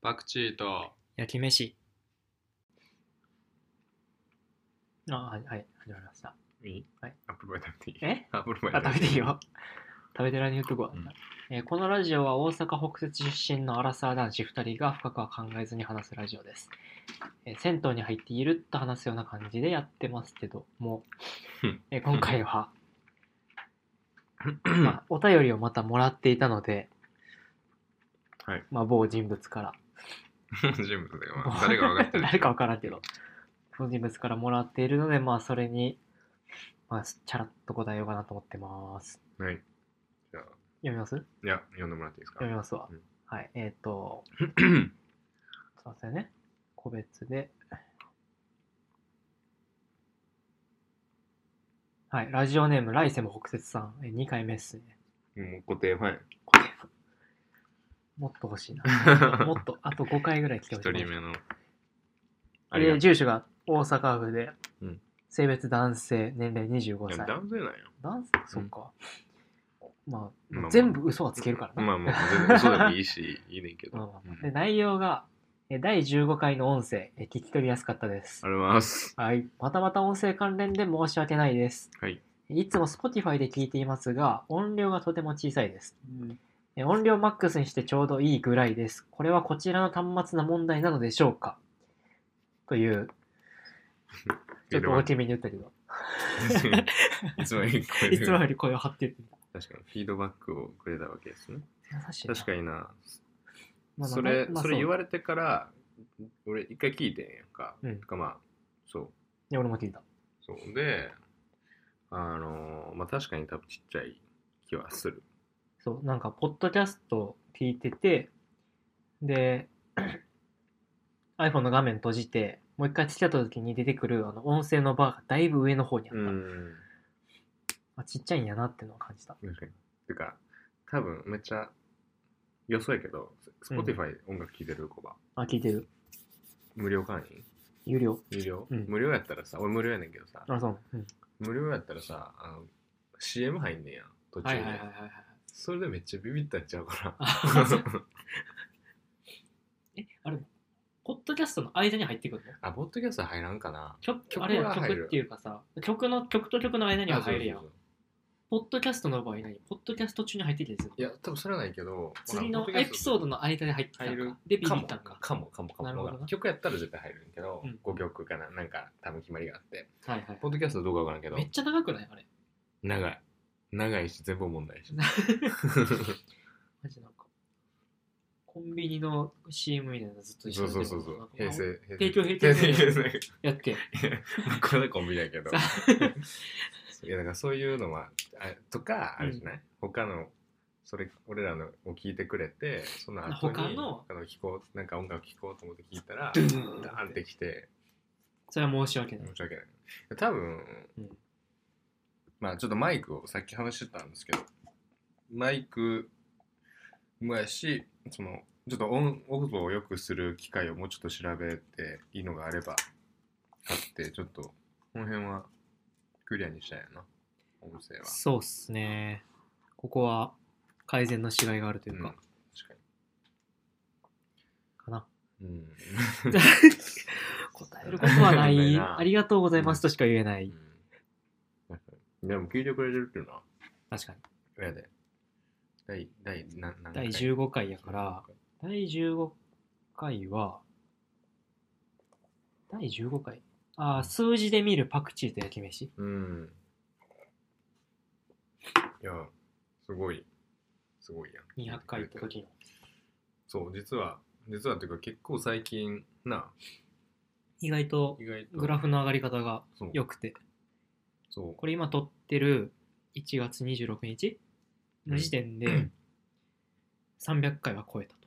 パクチーと焼き飯。あ、はい、はい、始まりました。いいはいアップルパイ食べていいえアップルパイあ、食べていいよ。食べてられにくごうんえーこのラジオは大阪北節出身のアラサー男子2人が深くは考えずに話すラジオです。えー銭湯に入ってゆるっと話すような感じでやってますけど も、えー今回は、まあ、お便りをまたもらっていたので、はい まあ、某人物から、人物だよ、まあ、誰か分かってる 誰かわからんけど、某人物からもらっているので、まあ、それに、まあ、チャラッと答えようかなと思ってます。はいじゃあ読みますいや読んでもらっていいですか読みますわ。うんはい、えっ、 と、すいませんね。個別で。はい、ラジオネーム、来世も北節さん。え2回目っすね。もう固定ファンもっと欲しい な。も1っと、あと5回ぐらい来てほしい。人目のありえがーと住所が大阪府で、うん性別男性、年齢25ういや歳。男性なんよ男性そっか。まあ、まあまあ全部嘘はつけるからな。まあまあ全然嘘でもいいしいいねん けど、まあまあまあうでん内容が、え第15回の音声、え聞き取りやすかったですあ。りがとうございますはい。またまた音声関連で申し訳ないです。はいいつも Spotify で聞いていますが、音量がとても小さいです。え音量マックスにしてちょうどいいぐらいです。これはこちらの端末の問題なのでしょうかという、ちょっと大きめに言ったけど、いつもよりこういう いつもより声を張ってる。確かにフィードバックをくれたわけですね優しいな。確かになまあまあそれ、まあそれ言わうれてから、俺一回聞いてんやんか。うんてかまあ、そう。いや俺も聞いた。そうで、あのーまあ確かに多分ちっちゃい気はする。そう、なんか、ポッドキャスト聞いてて、で、iPhone の画面閉じて、もう一回聞きた時に出てくるあの音声のバーがだいぶ上の方にあった。ん。あちっちゃいんやなっていうのを感じた。確かに。てか、多分めっちゃ、よそやけど、Spotify 音楽聴いてる子は、あ、聞いてる。無料会員有料。無料、うん無料やったらさ、俺無料やねんけどさ、あ、そう。うん、無料やったらさ、あの CM 入んねんやん、途中で、はい。それでめっちゃビビったんちゃうかあそうら。え、あれ、ポッドキャストの間に入ってくるの あ、ポッドキャスト入らんかな曲曲あれはや入る曲っていうかさ、曲の曲と曲の間には入るやんあそうそう。ポッドキャストの場合何ポッドキャスト中に入ってきてるんですそういや、多分それはないけど、釣りのエピソードの間に入ってきた入んるか。で、ビビかもったんか。かもかもかもなるほどな曲やったら絶対入るんやけど、うん5曲かななんか多分決まりがあってはいはいポ。ッドキャストどうかわからんけどめっちゃ長くないあれ。長い長いし全部問題し マジなんか。コンビニの CM みたいなのずっと一そ緒うにそやうってそうんるもそう平成なんか提供平平成成平成やって。まあこれはコンビニやけどさ いやだからそういうのはあとかあるじゃない、他のそれ俺らのを聞いてくれてその後に他のあの聞こうなんか音楽聴こうと思って聞いたらドゥーンダーンってきてそれは申し訳ない申。し訳ない多分、うんまあちょっとマイクをさっき話してたんですけどマイクもやしそのちょっと音音を良くする機会をもうちょっと調べていいのがあればあってちょっとこの辺はクリアにしたいな音声はそうっすね。ここは改善のしがいがあるといううん、か確、か かな。に、うん、答えることはな。ないいなありがとうございますとしか言えなうい。ん確かにでも聞いてくれてるっていうのは確かに。やで第第何何第回15回やから、第15回は、第15回。あー数字で見るパクチーと焼き飯。うん。いや、すごい、すごいやん。 200回行った時の。そう、実は、実はっていうか、結構最近な、意外と意外と。グラフの上がり方がそう良くて。そうこれ今撮ってる1月26日の時点で300回は超えたと。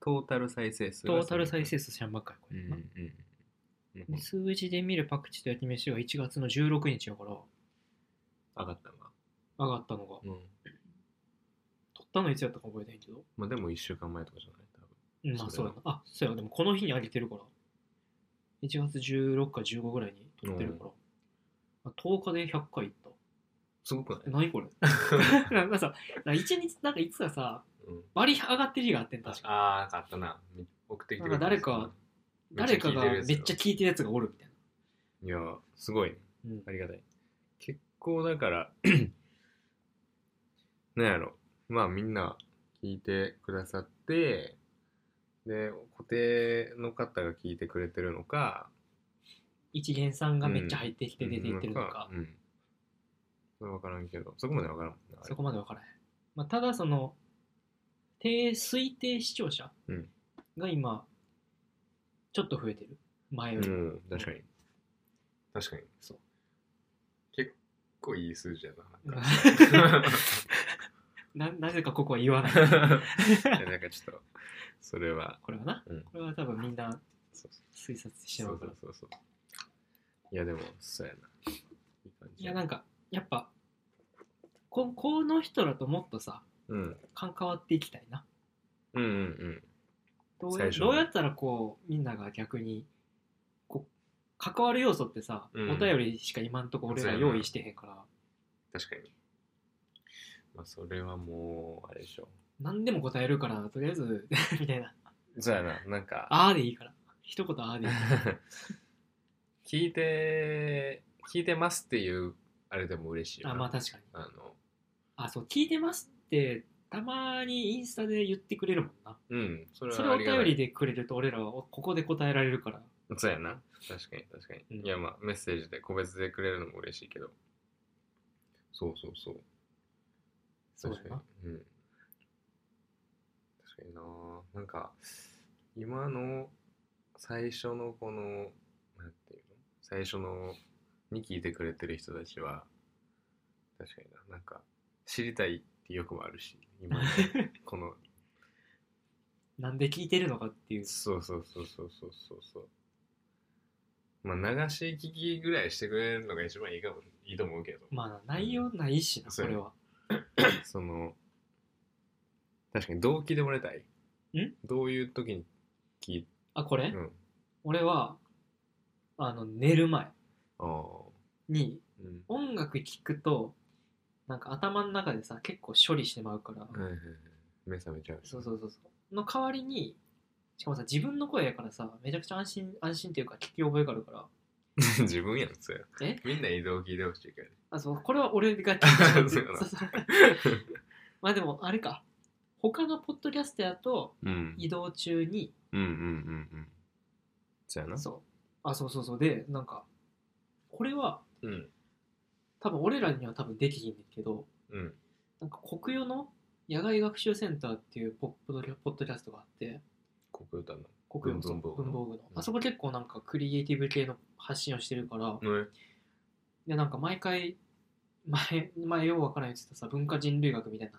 トータル再生数がトータル再生数300回超うえんたな。うん。うでん、数字で見るパクチーと焼き飯は1月の16日やから上がったな。上がったのが。うん。撮ったのいつやったか覚えてへんけど。まあでも1週間前とかじゃない多分。うんまあそそううやだな。あ、そうや、でもこの日に上げてるから。1月16か15ぐらいに撮ってるから。あ10日で100回いった。すごくない え何これなんかさ、1日、なんかいつかさ、うん、割り上がってる日があってん確かああ、なんかあったな。送ってきてくれたなんか誰か、誰かがめっち聞ゃいて聞いてるやつがおるみたいるやつよいや、すごいね。な、うんありがたい。結構だから、 なんやろ。まあみんな聞いてくださって、で、固定の方が聞いてくれてるのか、一元さんがめっちゃ入ってきて出ていってるのか、うん。それ分からんけど、そこまで分からんもんな。あれそこまで分からへん、まあ、ただその定推定視聴者うんが今ちょっと増えてる前ようり、ん、確かに。確かに。そう結構いい数字やな。 なんか ななぜかここは言わないいやなんかちょっと、それは、これはな、うんこれは多分みんなそうそ推察してうまうそかうらそうそう。いや、でも、そうやな。いい感じいやなんかやっぱここの人らともっとさうん。関わっていきたいなうんうんうん。どう最や初ねどうやったらこうみんなが逆にこう関わる要素ってさ、うんお便りしか今んとこ俺ら用意してへんから確かに。まあ、それはもう、あれでしょ。何でも答えるからとりあえず みたいなそうやな、なん「か、あ」でいいから一言「あ」でいい 聞いて、聞いてますっていう、あれでも嬉しいよなあまあ確かにあの、あそう聞いてますってたまにインスタで言ってくれるもんなうん、それそれをはあおりが便たいりでくれると俺らはおここで答えられるからそうやな。確かに確かに。うんいやまあメッセージで個別でくれるのも嬉しいけど。そうそうそう。そう確やかなに。うん。確かにななんか、今の最初のこの、なんていうの最初のに聞いてくれてる人たちは、確かにな、なんか、知りたいって欲もあるし、今 のこのなんで聞いてるのかっていうそうそうそうそうそうそうそう。まあ流し聞きぐらいしてくれるのが一番いいかもいいと思うけど。まあ内容ないしなそこうやれなはその確かにどう聞いてもらいたい。んどういう時に聞いあこれ、うん。俺はあの寝る前ああ。にうん。音楽聴くとなんか頭の中でさ結構処理してまうから、はいはいはい。目覚めちゃう。そうそうそうそうの代わりにしかもさ自分の声やからさめちゃくちゃ安心安心っていうか聞き覚えがあるからう。 自分やん、それ。えみんな移動聞いてほしいから。あそうこれは俺が聞いた そうやなそ うそうまあでもあれか他のポッドキャストやとうん移動中にうんうんうんうん。そうやな。そうあそうそうそうでなんかこれはうん。多分俺らには多分できひんねんけどうん。なんか国用の野外学習センターっていうポッドキャポッドキャストがあって国歌の。国用の文房具の文房具の、うんあそこ結構なんかクリエイティブ系の発信をしてるから、ね。でなんか毎回前前ようわからん言ってたさ文化人類学みたい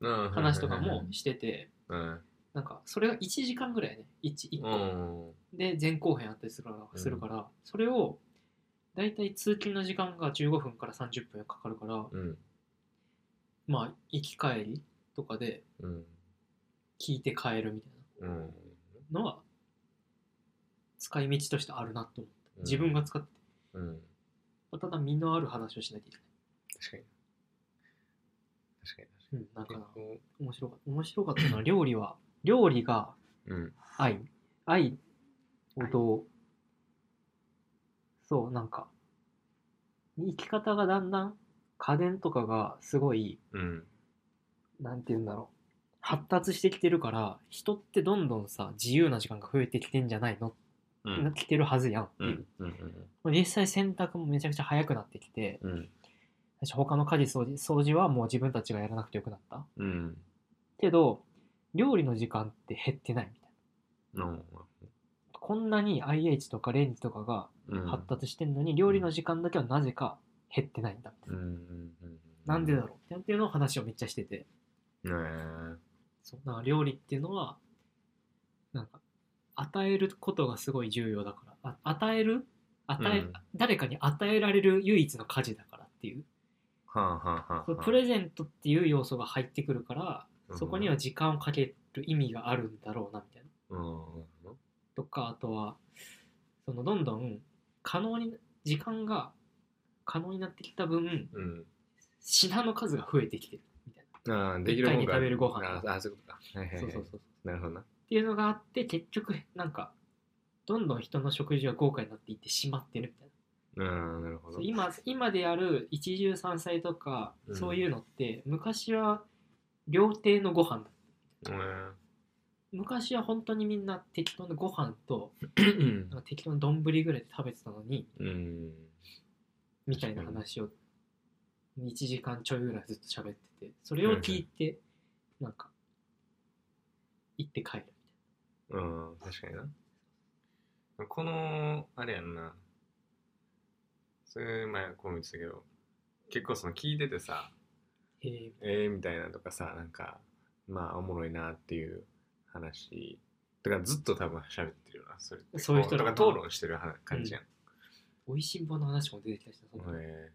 うんな話とかも。しててうん。なんかそれが1時間ぐらいやね 1, 1う個ん。で前後編あったりするから,、うんするからそれをだいたい通勤の時間が15分から30分かかるからうん。まあ行き帰りとかでうん。聞いて帰るみたいうん。なのは使い道としてあるなと思って自分が使って、うん。まあただ身のある話をしないといけ確かに。確かにない、うん、なん確かかに。な結構面白かった面白かったのは料理は料理がうん。愛愛をどうそうなんか生き方がだんだん家電とかがすごいうん。なんて言うんだろう発達してきてるから人ってどんどんさ自由な時間が増えてきてんじゃないの、うなっ。てきてるはずやん、うん。うん。実際洗濯もめちゃくちゃ早くなってきてうん。私他の家事掃除掃除はもう自分たちがやらなくてよくなったうん。けど料理の時間って減ってないみたいなこんなに IH とかレンジとかがうん。発達してんのに料理の時間だけはなぜか減ってないんだみたいうん。うな、ん。なんでだろうっていうのを話をめっちゃしててう。ねそうなんか料理っていうのはなんか与えることがすごい重要だからあ与える与え、うん誰かに与えられる唯一の家事だからっていうはあはあはこあれ。プレゼントっていう要素が入ってくるからそこには時間をかける意味があるんだろうなみたいなうん。とかあとはそのどんどん可能に時間が可能になってきた分うん。品の数が増えてきてるみたいなああ、できるもん一回に食べるご飯あーあー、そういうことか。はいはいはいそうそうそう。っなるほどな。ていうのがあって、結局、なんか、どんどん人の食事が豪華になっていってしまってるみたいな。うん、なるほそどう。今今である一汁三菜とか、うんそういうのって、昔は料亭のご飯だった昔は本当にみんな適当なご飯とうんなんか適当な丼ぐらいで食べてたのにうん。みたいな確かに話を1時間ちょいぐらいずっと喋っててそれを聞いてなんか行って帰るうん、確かにな。この、あれやんな。それ前、こう見てたけど、結構その聞いててさ、みたいなへええー、みたいなとかさ、なんか、まあ、おもろいなっていう話。だからずっと多分喋ってるよな、それって。そういう人らだがから討論してる話感じやん。おいしんぼの話も出てきたしそのへ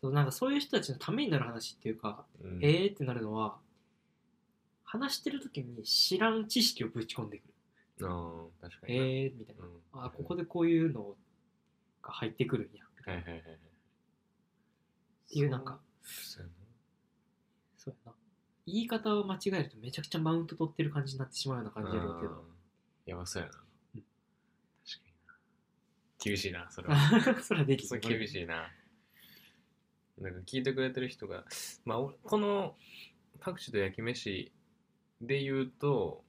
そうなんかそういう人たちのためになる話っていうかーうんへえってなるのは話してる時に知らん知識をぶち込んでくるああ、確かにな。へえみたいなうんあここでこういうのが入ってくるんやみたはいいなはいはいはい。っていうなんかそうやそうやな。言い方を間違えるとめちゃくちゃマウント取ってる感じになってしまうような感なじやろうけうんやばそうやな。確うんかにな。厳しいな、それは。ど。 それはできそう厳い。しいな。なんか聞いてくれてる人が、まあ、おこのパクチーと焼き飯で言うと、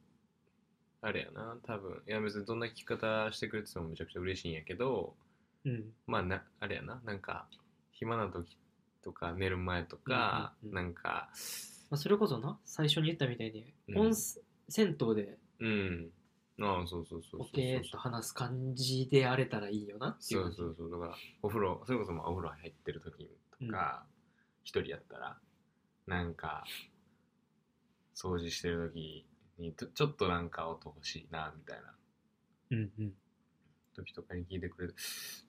あれやな、多分いや別にどんな聞き方してくれててもめちゃくちゃ嬉しいんやけど、うん。まあな、あれやな、なんか、暇な時とか寝る前とか、うんうんうんなんか、まあ、それこそな、最初に言ったみたいに、うん温泉銭湯でうん。ああ、そうそうそうそうそうそう。ポケーっと話す感じであれたらいいよなっていそうう感じ。そうそうだからお風呂それこそまあお風呂入ってる時とか一、人やったらなんか掃除してる時にとちょっとなんか音欲しいなみたいなうんうん。時とかに聞いてくれ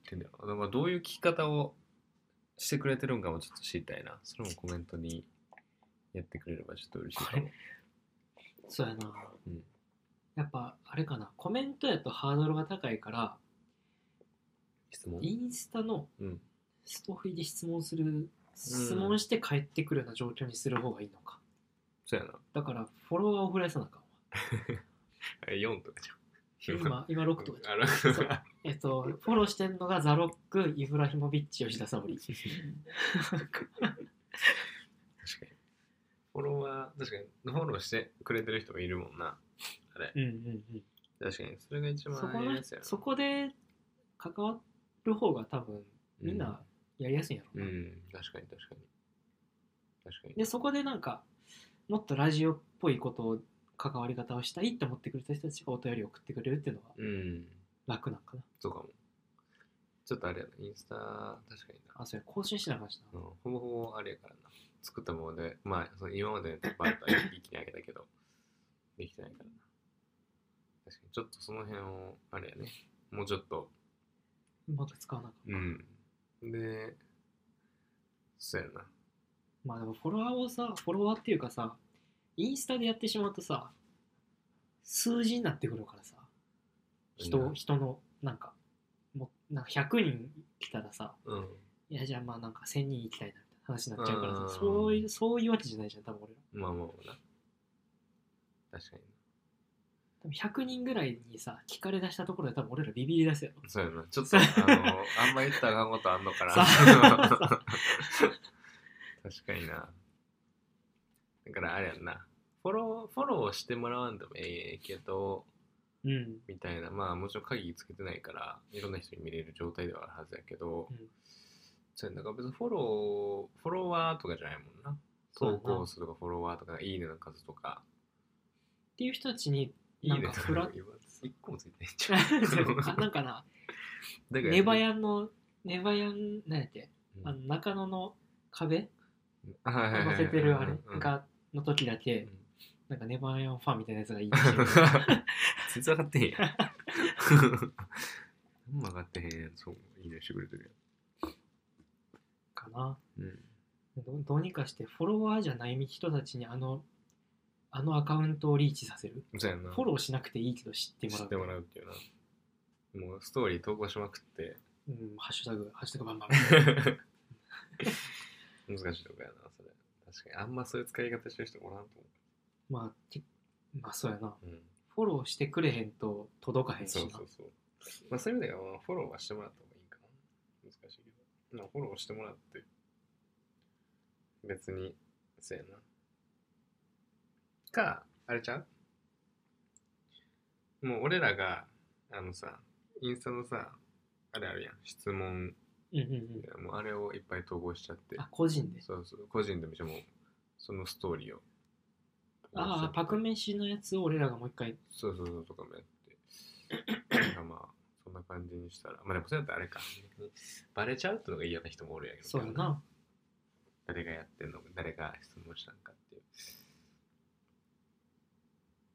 てんだよだからどういう聞き方をしてくれてるんかもちょっと知りたいなそれもコメントにやってくれればちょっと嬉しいかもそうやな。うんやっぱ、あれかな、コメントやとハードルが高いから、質問インスタのうんストーリーで質問する、質問して帰ってくるような状況にする方がいいのか。そうやなだから、フォロワーを増やさなあかんわ。え4とかじゃん今、今6とかじゃんあら そうえっと、フォローしてんのがザロック、イブラヒモビッチ、吉田沙保里。確かに。フォロワー、確かに、フォローしてくれてる人がいるもんな。あれ。うんうんうん。確かに、それが一番そこあれのですよねそこで関わる方が多分、みんなやりやすいんやうろん、ううな、ん、確かに確かに。確かに。で、そこでなんか、もっとラジオっぽいことを、関わり方をしたいって思ってくれた人たちがお便りを送ってくれるっていうのはうん、楽なんかな。そうかも。ちょっとあれやな、インスタ、確かにな。あ、それ更新してなかったうんな。ほぼほぼあれやからな。作ったもので、まあ、その今までのバーター一気にあげたけど、できてないからな。確かに、ちょっとその辺を、あれやね、もうちょっとうまく使わなかっうた。ん。で、そうやな。まあでもフォロワーをさ、フォロワーっていうかさ、インスタでやってしまうとさ、数字になってくるからさ、人,、うん人の、なんか、もうなんか100人来たらさ、うん。いやじゃあまあなんか1000人行きたいなみたいな話になっちゃうからうんさ、そういう、そういうわけじゃないじゃん、多分俺ら。まあまあまあな。確かに。多分100人ぐらいにさ、聞かれ出したところで多分俺らビビり出すやろ。そうやな。ちょっと、あの、あんま言ったらあかんことあんのかな。さ 確かにな。だからあれやんな。フォロー、フォローしてもらわんでもええけど、うん。みたいな。まあもちろん鍵つけてないから、いろんな人に見れる状態ではあるはずやけど、うんそうやんなだから別にフォロー、フォロワーとかじゃないもんな。そう投やな稿数とかフォロワーとか、いいねの数とか。っていう人たちに、いいなねんとかかフラッ言わず一個もついてないんちゃあ なんかな、う。だネバヤンの、ネバヤン、なんやっけ、うんあの中野の壁あはいはいはい載せてるあれうんうんが、の時だうけん、なんかネバーヤンファンみたいなやつが いい全然上がってへん やん。何も上がってへんやん。そう、いいねしてくれてるかな。やん。うん。どどうにかしてフォロワーじゃない人たちにあの、あのアカウントをリーチさせる。そうやんな。フォローしなくていいけど知っても知らっう。てもらうっていうな。もうストーリー投稿しまく って、うん、ハッシュタグ、ハッシュタグバンバン。難しいとこやな、それ。確かにあんまそういう使い方してる人おらんと思 まあ、てまあそうやな。う、うん、フォローしてくれへんと届かへんしそうな。そうそう。まあ、そういう意味では、まあフォローはしてもらった方がいいかな。難しいけど。まあ、フォローしてもらって、別に、せやな。か、あれちゃうもう俺らが、あのさ、インスタのさ、あれあるやん、質問、うんうんうん。もうあれをいっぱい投稿しちゃって、あ、個人で。そうそう、個人でもしても、そのストーリーを。ああ、パク飯のやつを俺らがもう一回。そうそうそうとかもやって。なんかまあ、そんな感じにしたら。まあでもそれだったらあれか。バレちゃうってのが嫌な人もおるやけど。そうや。な。誰がやってんのか、誰が質問したんかっていう。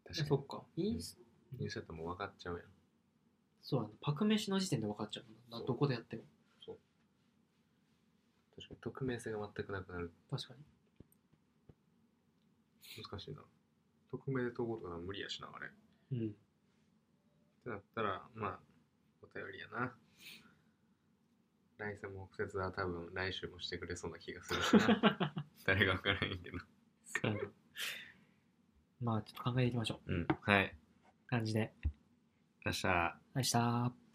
確かそっか。インスに。インスタってもう分かっちゃうやん。そうやな。パク飯の時点で分かっちゃうもんな。そうどこでやっても。確かに匿名性が全くなくなる。確かに。難しいな。匿名で投稿とか無理やしな、あれ。っうん。 てなったら、まあ、お便りやな。来世も直接は多分来週もしてくれそうな気がするし な。誰が分からへんけど。そうやなまあ、ちょっと考えていきましょう。うん。はい。感じで。明日。明日。